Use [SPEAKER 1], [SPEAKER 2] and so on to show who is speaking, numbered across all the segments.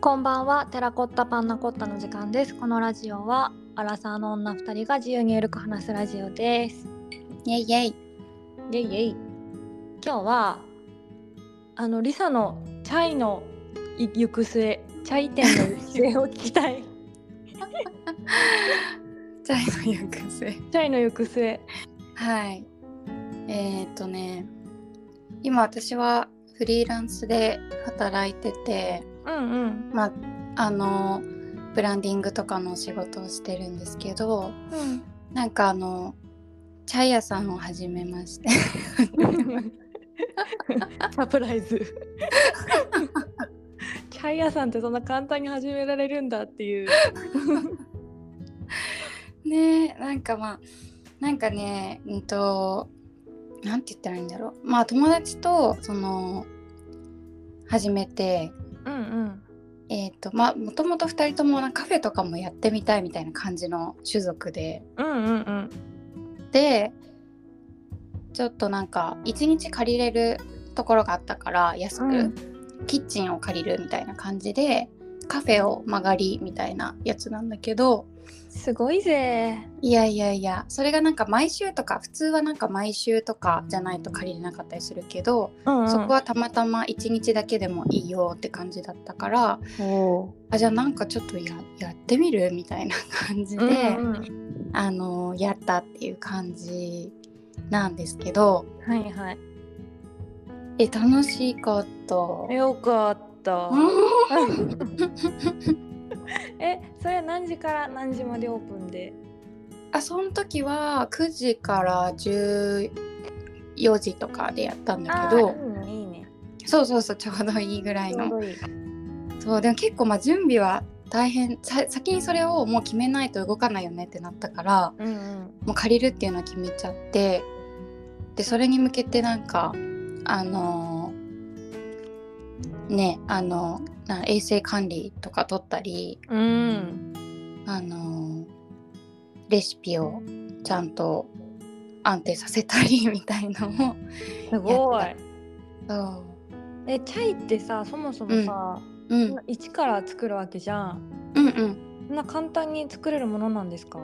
[SPEAKER 1] こんばんはテラコッタパンナコッタの時間ですこのラジオはアラサーの女二人が自由にゆるく話すラジオです
[SPEAKER 2] イェイイェイ
[SPEAKER 1] イエイイエイ今日はあのリサのチャイのい行く末チャイ店の行く末を聞き たい
[SPEAKER 2] チャイの行く末
[SPEAKER 1] チャイの行く末
[SPEAKER 2] はいえー、っとね今私はフリーランスで働いてて
[SPEAKER 1] うんうん
[SPEAKER 2] まああのブランディングとかのお仕事をしてるんですけどなんかあのチャイ屋さんを始めまして
[SPEAKER 1] サプライズチャイ屋さんってそんな簡単に始められるんだっていう
[SPEAKER 2] ねなんかまあなんかねうんとなんて言ったらいいんだろうまあ友達とその始めて
[SPEAKER 1] うんうん
[SPEAKER 2] えーとまあ、もともと2人ともなんかカフェとかもやってみたいみたいな感じの種族で
[SPEAKER 1] うんうんうん
[SPEAKER 2] でちょっとなんか1日借りれるところがあったから安く、
[SPEAKER 1] うん
[SPEAKER 2] キッチンを借りるみたいな感じでカフェを曲がりみたいなやつなんだけど
[SPEAKER 1] すごいぜ
[SPEAKER 2] いやいやいやそれがなんか毎週とか普通はなんか毎週とかじゃないと借りれなかったりするけど、
[SPEAKER 1] うんうん
[SPEAKER 2] そこはたまたま1日だけでもいいよって感じだったから。
[SPEAKER 1] お
[SPEAKER 2] あじゃあなんかちょっとややってみるみたいな感じで、
[SPEAKER 1] ーうんうん
[SPEAKER 2] あのやったっていう感じなんですけど
[SPEAKER 1] はいはい
[SPEAKER 2] え楽しかった。
[SPEAKER 1] よかった
[SPEAKER 2] うん
[SPEAKER 1] えそれは何時から何時までオープンで
[SPEAKER 2] あその時は9時から14時とかでやったんだけ
[SPEAKER 1] ー
[SPEAKER 2] ど
[SPEAKER 1] いいねいいね
[SPEAKER 2] そうそうそうちょうどいいぐらい
[SPEAKER 1] ちょう
[SPEAKER 2] の
[SPEAKER 1] どいい
[SPEAKER 2] そうでも結構まあ準備は大変さ先にそれをもう決めないと動かないよねってなったから
[SPEAKER 1] うんうん
[SPEAKER 2] もう借りるっていうのは決めちゃってでそれに向けてなんかあのーねあのな衛生管理とか取ったり
[SPEAKER 1] うん
[SPEAKER 2] あのーレシピをちゃんと安定させたりみたいのも
[SPEAKER 1] すごい
[SPEAKER 2] やっそ
[SPEAKER 1] えチャイってさそもそもさ、
[SPEAKER 2] う、うん、うん
[SPEAKER 1] 一から作るわけじゃん
[SPEAKER 2] うん
[SPEAKER 1] そんな簡単に作れるものなんですか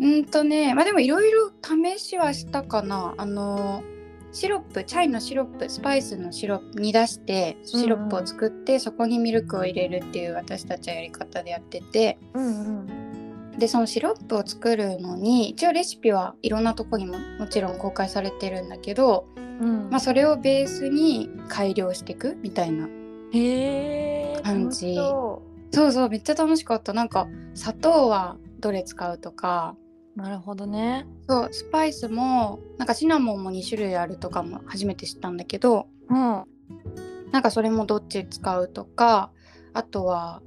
[SPEAKER 2] うんとねまあでもいろいろ試しはしたかなあのーシロップチャイのシロップスパイスのシロップ煮出してシロップを作って、そこにミルクを入れるっていう私たちはやり方でやってて
[SPEAKER 1] うんうん
[SPEAKER 2] でそのシロップを作るのに一応レシピはいろんなとこにももちろん公開されてるんだけど、
[SPEAKER 1] うん
[SPEAKER 2] まあ、それをベースに改良していくみたいな
[SPEAKER 1] へえ
[SPEAKER 2] 感じそうそうめっちゃ楽しかったなんか砂糖はどれ使うとか
[SPEAKER 1] なるほどね
[SPEAKER 2] そうスパイスもなんかシナモンも2種類あるとかも初めて知ったんだけど
[SPEAKER 1] うん
[SPEAKER 2] なんかそれもどっち使うとかあとは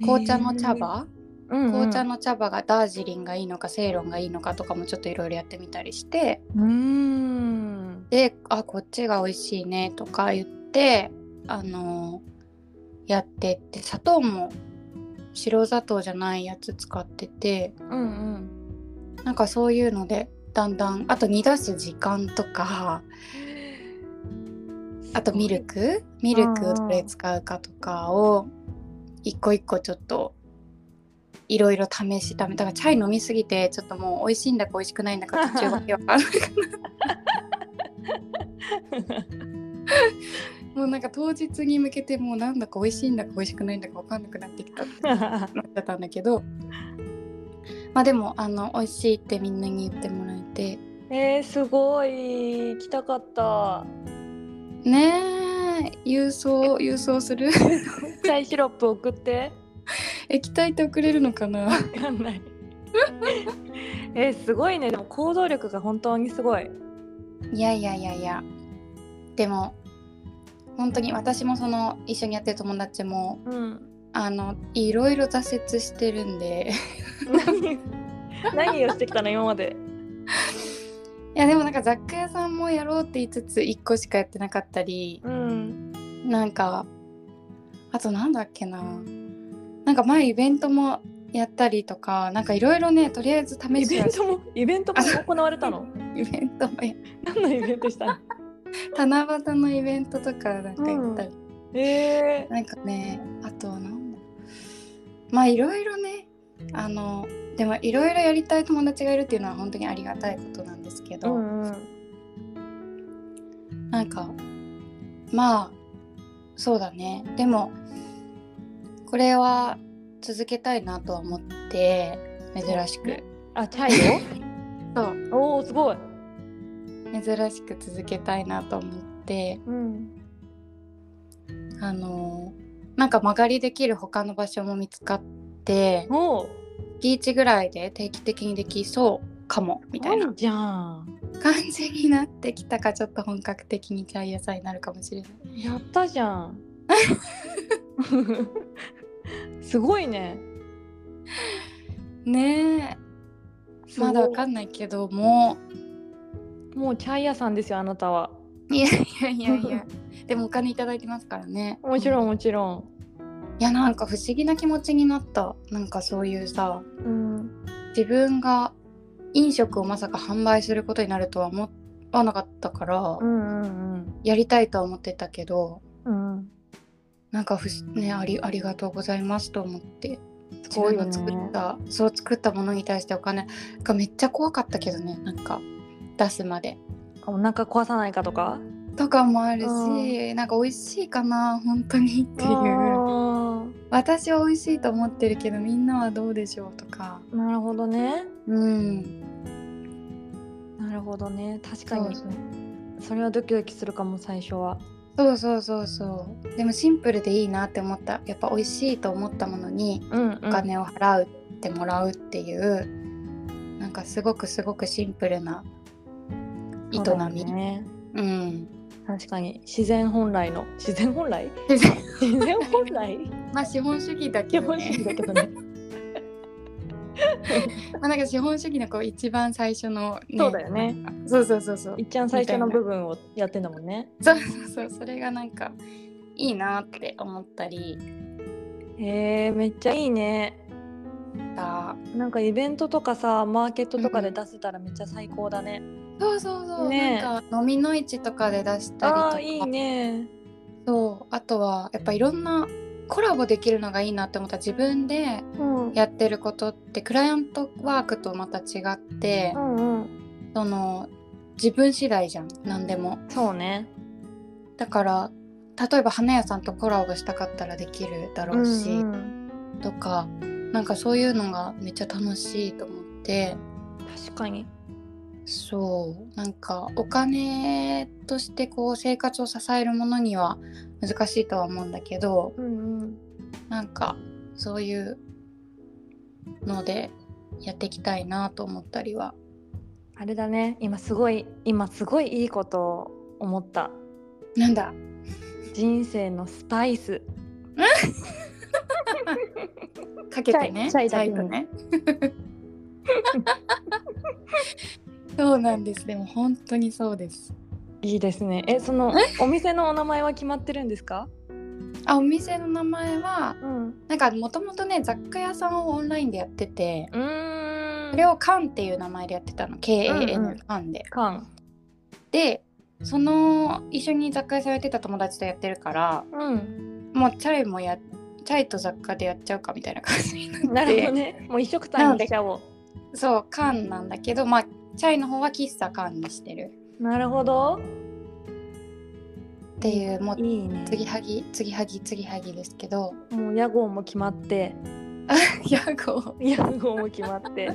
[SPEAKER 2] 紅茶の茶
[SPEAKER 1] うん
[SPEAKER 2] 葉、
[SPEAKER 1] うん
[SPEAKER 2] 紅茶の茶葉がダージリンがいいのかセイロンがいいのかとかもちょっといろいろやってみたりして
[SPEAKER 1] うーん
[SPEAKER 2] であこっちが美味しいねとか言ってあのやってって砂糖も白砂糖じゃないやつ使ってて
[SPEAKER 1] うん
[SPEAKER 2] なんかそういうのでだんだんあと煮出す時間とか
[SPEAKER 1] うん
[SPEAKER 2] あとミルクミルクをどれ使うかとかを一個一個ちょっといろいろ試しためだからチャイ飲みすぎてちょっともう美味しいんだか美味しくないんだか途中わけわからなくもうなんか当日に向けてもうなんだか美味しいんだか美味しくないんだか分かんなくなってきたってなっちゃったんだけどまあでもあの美味しいってみんなに言ってもらえて
[SPEAKER 1] えー、すごい行きたかった
[SPEAKER 2] ねえ郵送郵送する
[SPEAKER 1] チャイシロップ送って
[SPEAKER 2] 液体って送れるのかな
[SPEAKER 1] わかんない えー、すごいねでも行動力が本当にすごい
[SPEAKER 2] いやいやいやいやでも本当に私もその一緒にやってる友達も
[SPEAKER 1] うん
[SPEAKER 2] あのいろいろ挫折してるんで
[SPEAKER 1] 何 何をしてきたの今まで
[SPEAKER 2] いやでもなんか雑貨屋さんもやろうって言いつつ1個しかやってなかったり
[SPEAKER 1] うん
[SPEAKER 2] なんかあとなんだっけななんか前イベントもやったりとかなんかいろいろねとりあえず試
[SPEAKER 1] イ
[SPEAKER 2] して
[SPEAKER 1] ベントもイベントも行われた の
[SPEAKER 2] イベントもや
[SPEAKER 1] 何のイベントしたの
[SPEAKER 2] 七夕のイベントとかなんかやったり、
[SPEAKER 1] ええ
[SPEAKER 2] なんかねあとはなんだまあいろいろねあのでもいろいろやりたい友達がいるっていうのは本当にありがたいことなんですけ
[SPEAKER 1] ー、う
[SPEAKER 2] ど、
[SPEAKER 1] んうん
[SPEAKER 2] なんかまあそうだねでもこれは続けたいなとは思って珍しく
[SPEAKER 1] あチャイ
[SPEAKER 2] そう
[SPEAKER 1] を おおすごい、
[SPEAKER 2] 珍しく続けたいなと思って
[SPEAKER 1] うん、
[SPEAKER 2] あのなんか曲がりできる他の場所も見つかって
[SPEAKER 1] おお
[SPEAKER 2] 月一ぐらいで定期的にできそうかもみたいな
[SPEAKER 1] じゃん
[SPEAKER 2] 感じになってきたかちょっと本格的にチャイヤさんになるかもしれない
[SPEAKER 1] やったじゃ んすごいね
[SPEAKER 2] ねえまだわかんないけども
[SPEAKER 1] もうチャイ屋さんですよあなたはい
[SPEAKER 2] やいやいやいやでもお金いただいてますからね
[SPEAKER 1] もちろん
[SPEAKER 2] んい
[SPEAKER 1] もちろん、
[SPEAKER 2] やなんか不思議な気持ちになったなんかそういうさ
[SPEAKER 1] うん、
[SPEAKER 2] 自分が飲食をまさか販売することになるとは思わなかったから、
[SPEAKER 1] うんうん
[SPEAKER 2] やりたいとは思ってたけど
[SPEAKER 1] うんうん
[SPEAKER 2] なんかふしねありありがとうございますと思って
[SPEAKER 1] すごいよね
[SPEAKER 2] 自分の作ったそう作ったものに対してお金がめっちゃ怖かったけどねなんか出すまで
[SPEAKER 1] お腹壊さないかとか
[SPEAKER 2] とかもあるしなんか美味しいかな本当にってい
[SPEAKER 1] あ
[SPEAKER 2] う
[SPEAKER 1] ー
[SPEAKER 2] 私は美味しいと思ってるけどみんなはどうでしょうとか
[SPEAKER 1] なるほどね
[SPEAKER 2] うん
[SPEAKER 1] なるほどね確かに
[SPEAKER 2] そ
[SPEAKER 1] そうれはドキドキするかも最初は
[SPEAKER 2] そうそうそうそうでもシンプルでいいなって思ったやっぱ美味しいと思ったものに
[SPEAKER 1] うん、
[SPEAKER 2] お金を払うってもらうっていう、なんかすごくすごくシンプルな営み
[SPEAKER 1] そうだね
[SPEAKER 2] うん
[SPEAKER 1] 確かに自然本来の自然本 来自然本来
[SPEAKER 2] まあ資本主義だ
[SPEAKER 1] 基
[SPEAKER 2] けど、
[SPEAKER 1] 本主義だ
[SPEAKER 2] ね、
[SPEAKER 1] け どね
[SPEAKER 2] まあなんか資本主義のこう一番最初の、ね、
[SPEAKER 1] そうだよね
[SPEAKER 2] そうそうそうそう
[SPEAKER 1] いっちゃん最初の部分をやってんだもんね
[SPEAKER 2] そうそうそうそれがなんかいいなって思ったり
[SPEAKER 1] へえめっちゃいいね
[SPEAKER 2] だ
[SPEAKER 1] なんかイベントとかさマーケットとかで出せたらめっちゃ最高だね、
[SPEAKER 2] そうそうそう、
[SPEAKER 1] ね
[SPEAKER 2] なんか飲みの市とかで出したりと
[SPEAKER 1] あ
[SPEAKER 2] か
[SPEAKER 1] ーいいね
[SPEAKER 2] そうあとはやっぱいろんなコラボできるのがいいなって思った自分で
[SPEAKER 1] うん
[SPEAKER 2] やってることってクライアントワークとまた違って
[SPEAKER 1] う、んうん
[SPEAKER 2] その自分次第じゃん何でも
[SPEAKER 1] そうね
[SPEAKER 2] だから例えば花屋さんとコラボしたかったらできるだろうし、
[SPEAKER 1] うんうん
[SPEAKER 2] とかなんかそういうのがめっちゃ楽しいと思って
[SPEAKER 1] 確かに
[SPEAKER 2] そうなんかお金としてこう生活を支えるものには難しいとは思うんだけど
[SPEAKER 1] うんうん
[SPEAKER 2] なんかそういうのでやっていきたいなと思ったりは
[SPEAKER 1] あれだね今すごい今すごいいいことを思った
[SPEAKER 2] なんだ
[SPEAKER 1] 人生のスパイス
[SPEAKER 2] かけてね
[SPEAKER 1] チャイチャイだけに
[SPEAKER 2] チャねそうなんですでも本当にそうです
[SPEAKER 1] いいですねえそのお店のお名前は決まってるんですか
[SPEAKER 2] あお店の名前は
[SPEAKER 1] うん
[SPEAKER 2] なんかもともとね雑貨屋さんをオンラインでやってて
[SPEAKER 1] うーん
[SPEAKER 2] それをカンっていう名前でやってたの
[SPEAKER 1] うんうん
[SPEAKER 2] KAN カンで、
[SPEAKER 1] 缶
[SPEAKER 2] でその一緒に雑貨屋さんやってた友達とやってるから
[SPEAKER 1] うん
[SPEAKER 2] もうチャイもやチャイと雑貨でやっちゃうかみたいな感じになって
[SPEAKER 1] なるほど ねもう一食単にしちゃおう
[SPEAKER 2] そうカンなんだけどまあチャイの方は喫茶カンにしてる
[SPEAKER 1] なるほど
[SPEAKER 2] っていうもう
[SPEAKER 1] いいね
[SPEAKER 2] 継ぎはぎ継ぎはぎ継ぎはぎですけど
[SPEAKER 1] もう屋号も決ま って
[SPEAKER 2] 屋号
[SPEAKER 1] 屋号も決まって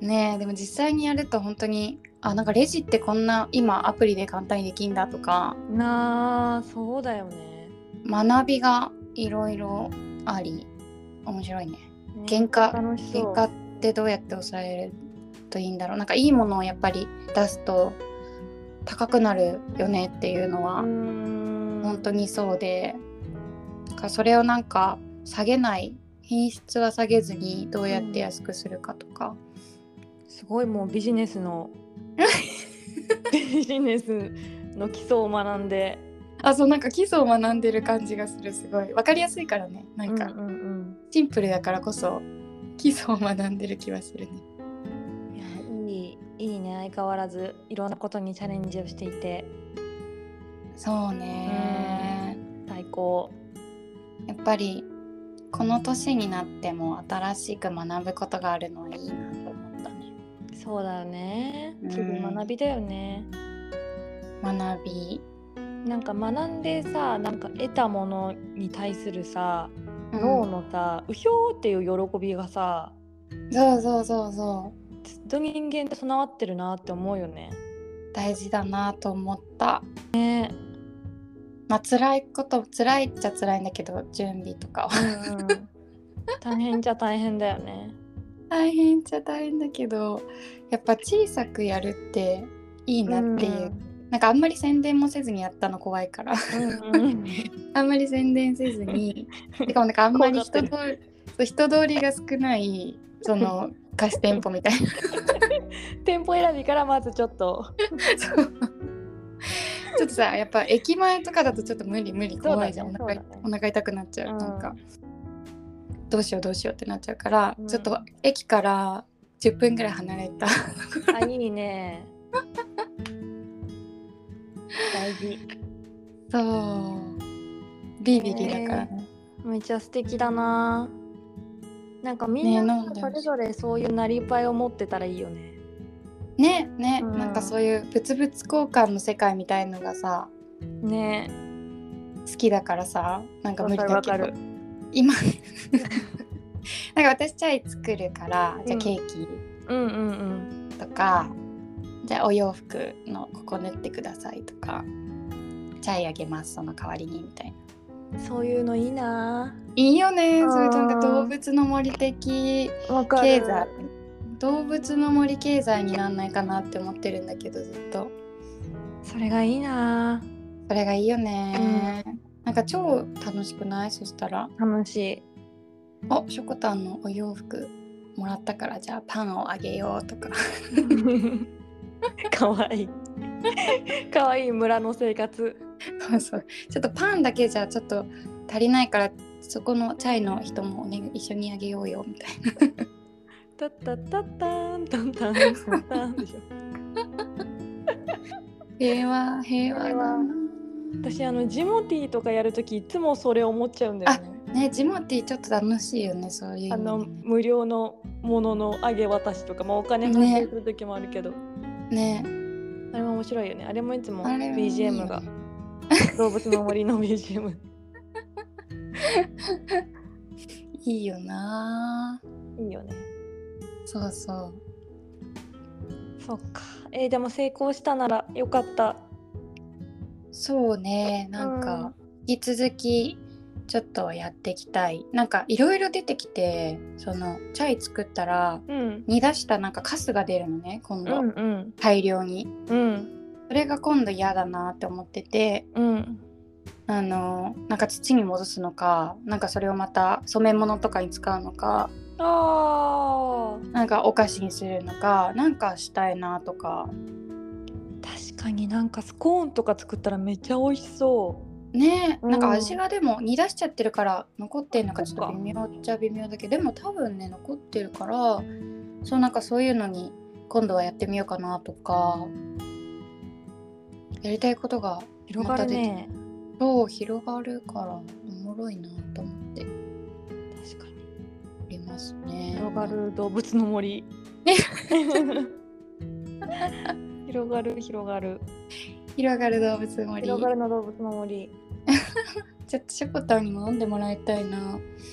[SPEAKER 2] ねえでも実際にやると本当にあなんかレジってこんな今アプリで簡単にできんだとか
[SPEAKER 1] なあそうだよね
[SPEAKER 2] 学びがいろいろあり面白いね
[SPEAKER 1] ね
[SPEAKER 2] 原価
[SPEAKER 1] 楽しそう
[SPEAKER 2] 喧嘩ってどうやって抑えるといいんだろうなんかいいものをやっぱり出すと高くなるよねっていうのは
[SPEAKER 1] うーん
[SPEAKER 2] 本当にそうでだからそれをなんか下げない品質は下げずにどうやって安くするかとか、
[SPEAKER 1] すごいもうビジネス のビジネスの基礎を学んで
[SPEAKER 2] あそうなんか基礎を学んでる感じがするすごい分かりやすいからねな
[SPEAKER 1] なんう
[SPEAKER 2] か
[SPEAKER 1] んうん
[SPEAKER 2] シンプルだからこそ基礎を学んでる気はするね
[SPEAKER 1] うん、いやいいいいね相変わらずいろんなことにチャレンジをしていて
[SPEAKER 2] そうね
[SPEAKER 1] 大こ
[SPEAKER 2] やっぱりこの年になっても新しく学ぶことがあるのはいいなと思ったね。
[SPEAKER 1] うそうだよね
[SPEAKER 2] うん
[SPEAKER 1] 日々学びだよね、
[SPEAKER 2] 学び、
[SPEAKER 1] なんか学んでさなんか得たものに対するさ
[SPEAKER 2] うん
[SPEAKER 1] 脳のさ、うひょーっていう喜びがさ
[SPEAKER 2] そうそうそうそ
[SPEAKER 1] ずっと人間って備わってるなって思うよね。
[SPEAKER 2] う大事だなと思った。
[SPEAKER 1] ね、
[SPEAKER 2] まあ辛いこと辛いっちゃ辛いんだけど準備とかは
[SPEAKER 1] うんうん、大変じゃ大変だよね。
[SPEAKER 2] 大変っちゃ大変だけどやっぱ小さくやるっていいなっていう、なんかあんまり宣伝もせずにやったの怖いから
[SPEAKER 1] うんうん
[SPEAKER 2] あんまり宣伝せ ずにてかもなんかあんまり人通りそう人通りが少ない その貸し店舗みたいな
[SPEAKER 1] 店舗選びからまずちょっと
[SPEAKER 2] そうちょっとさやっぱ駅前とかだとちょっと無理無理怖いじゃん、
[SPEAKER 1] そう
[SPEAKER 2] お
[SPEAKER 1] だ
[SPEAKER 2] 腹
[SPEAKER 1] ね
[SPEAKER 2] い
[SPEAKER 1] そうだね
[SPEAKER 2] お腹痛くなっちゃう、
[SPEAKER 1] うん
[SPEAKER 2] なんかどうしようどうしようってなっちゃうから、
[SPEAKER 1] うん
[SPEAKER 2] ちょっと駅から10分ぐらい離れた
[SPEAKER 1] あいいね。大事。
[SPEAKER 2] そうビビリだからね、
[SPEAKER 1] めっちゃ素敵だな。なんかみん
[SPEAKER 2] ね
[SPEAKER 1] な
[SPEAKER 2] 飲んで
[SPEAKER 1] そ
[SPEAKER 2] ほしい
[SPEAKER 1] れぞれそういうなりぱいを持ってたらいいよね。
[SPEAKER 2] ねね、
[SPEAKER 1] うん
[SPEAKER 2] なんかそういう物々交換の世界みたいのがさ
[SPEAKER 1] ね
[SPEAKER 2] 好きだからさなんか
[SPEAKER 1] わ
[SPEAKER 2] 無理
[SPEAKER 1] かる
[SPEAKER 2] だ
[SPEAKER 1] わ
[SPEAKER 2] け
[SPEAKER 1] かる
[SPEAKER 2] ど。今 なんか私チャイ作るからじゃ
[SPEAKER 1] うん
[SPEAKER 2] あケーキ
[SPEAKER 1] うんうん
[SPEAKER 2] とか、じゃあお洋服のここ縫ってくださいとかチャイあげますその代わりにみたいな
[SPEAKER 1] うん。そういうのいいな。
[SPEAKER 2] いいよね
[SPEAKER 1] うん
[SPEAKER 2] そういうなんか動物の森的
[SPEAKER 1] わかる。
[SPEAKER 2] 経済動物の森経済になんないかなって思ってるんだけどずっと。
[SPEAKER 1] それがいいな。
[SPEAKER 2] それがいいよね、なんか超楽しくないそしたら
[SPEAKER 1] 楽しい。
[SPEAKER 2] あしょこたんのお洋服もらったからじゃあパンをあげようとか
[SPEAKER 1] かわいい。かわいい村の生活。
[SPEAKER 2] そうそうちょっとパンだけじゃちょっと足りないからそこのチャイの人も、ね、一緒にあげようよみたいな
[SPEAKER 1] たったったったーんたんたんたんたんでしょ。
[SPEAKER 2] 平和平和だな
[SPEAKER 1] 私あのジモティーとかやるときいつもそれ思っちゃうんだよね。
[SPEAKER 2] ねジモティーちょっと楽しいよねそういう意
[SPEAKER 1] あ
[SPEAKER 2] 味で
[SPEAKER 1] の
[SPEAKER 2] ね
[SPEAKER 1] 無料のものの上げ渡しとか、まあ、お金発生する時もあるけど、
[SPEAKER 2] ね
[SPEAKER 1] あれも面白いよねあれもいつも
[SPEAKER 2] あれはいいよね
[SPEAKER 1] BGM が動物の森の BGM
[SPEAKER 2] いいよな い
[SPEAKER 1] いよね
[SPEAKER 2] そうそう
[SPEAKER 1] そっかえーでも成功したならよかった
[SPEAKER 2] そうねなんか、
[SPEAKER 1] うん
[SPEAKER 2] 引き続きちょっとやっていきたいなんかいろいろ出てきてそのチャイ作ったら
[SPEAKER 1] うん
[SPEAKER 2] 煮出したなんかカスが出るのね今
[SPEAKER 1] う
[SPEAKER 2] 度、
[SPEAKER 1] んうん
[SPEAKER 2] 大量に
[SPEAKER 1] うん
[SPEAKER 2] それが今度嫌だなって思ってて
[SPEAKER 1] うん
[SPEAKER 2] あのなんか土に戻すのかなんかそれをまた染め物とかに使うのか
[SPEAKER 1] あー
[SPEAKER 2] なんかお菓子にするのかなんかしたいなとか
[SPEAKER 1] 確かになんかスコーンとか作ったらめっちゃ美味しそ
[SPEAKER 2] ねえ
[SPEAKER 1] うん
[SPEAKER 2] なんか味がでも煮出しちゃってるから残ってるのかちょっ
[SPEAKER 1] そっ
[SPEAKER 2] と
[SPEAKER 1] か
[SPEAKER 2] 微妙っちゃ微妙だけどでも多分ね残ってるからそうなんかそういうのに今度はやってみようかなとかやりたいことが
[SPEAKER 1] う広がるね、
[SPEAKER 2] どう広がるからおもろいなと思って
[SPEAKER 1] 確かに
[SPEAKER 2] おりますね。
[SPEAKER 1] 広がる動物の 森広がる広がる
[SPEAKER 2] 広がる動物森
[SPEAKER 1] 広がるの動物の森
[SPEAKER 2] ちょっとしょこたんにも飲んでもらいたいな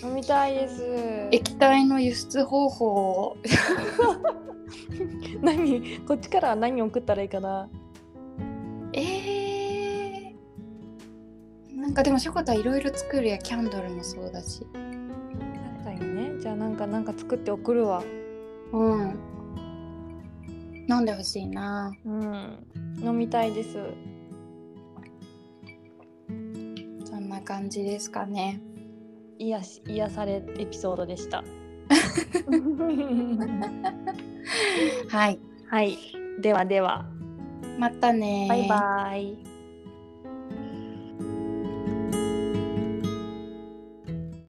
[SPEAKER 1] 飲みたいです
[SPEAKER 2] 液体の輸出方法を
[SPEAKER 1] 何こっちからは何送ったらいいかな
[SPEAKER 2] えー、なんかでもしょこたんいろいろ作るやキャンドルもそうだし
[SPEAKER 1] 確かにねじゃあなんかなんか作って送るわ
[SPEAKER 2] うん飲んでほしいな
[SPEAKER 1] うん飲みたいです
[SPEAKER 2] そんな感じですかね
[SPEAKER 1] 癒し癒されエピソードでした
[SPEAKER 2] はい
[SPEAKER 1] はいではでは
[SPEAKER 2] またね
[SPEAKER 1] バイバイ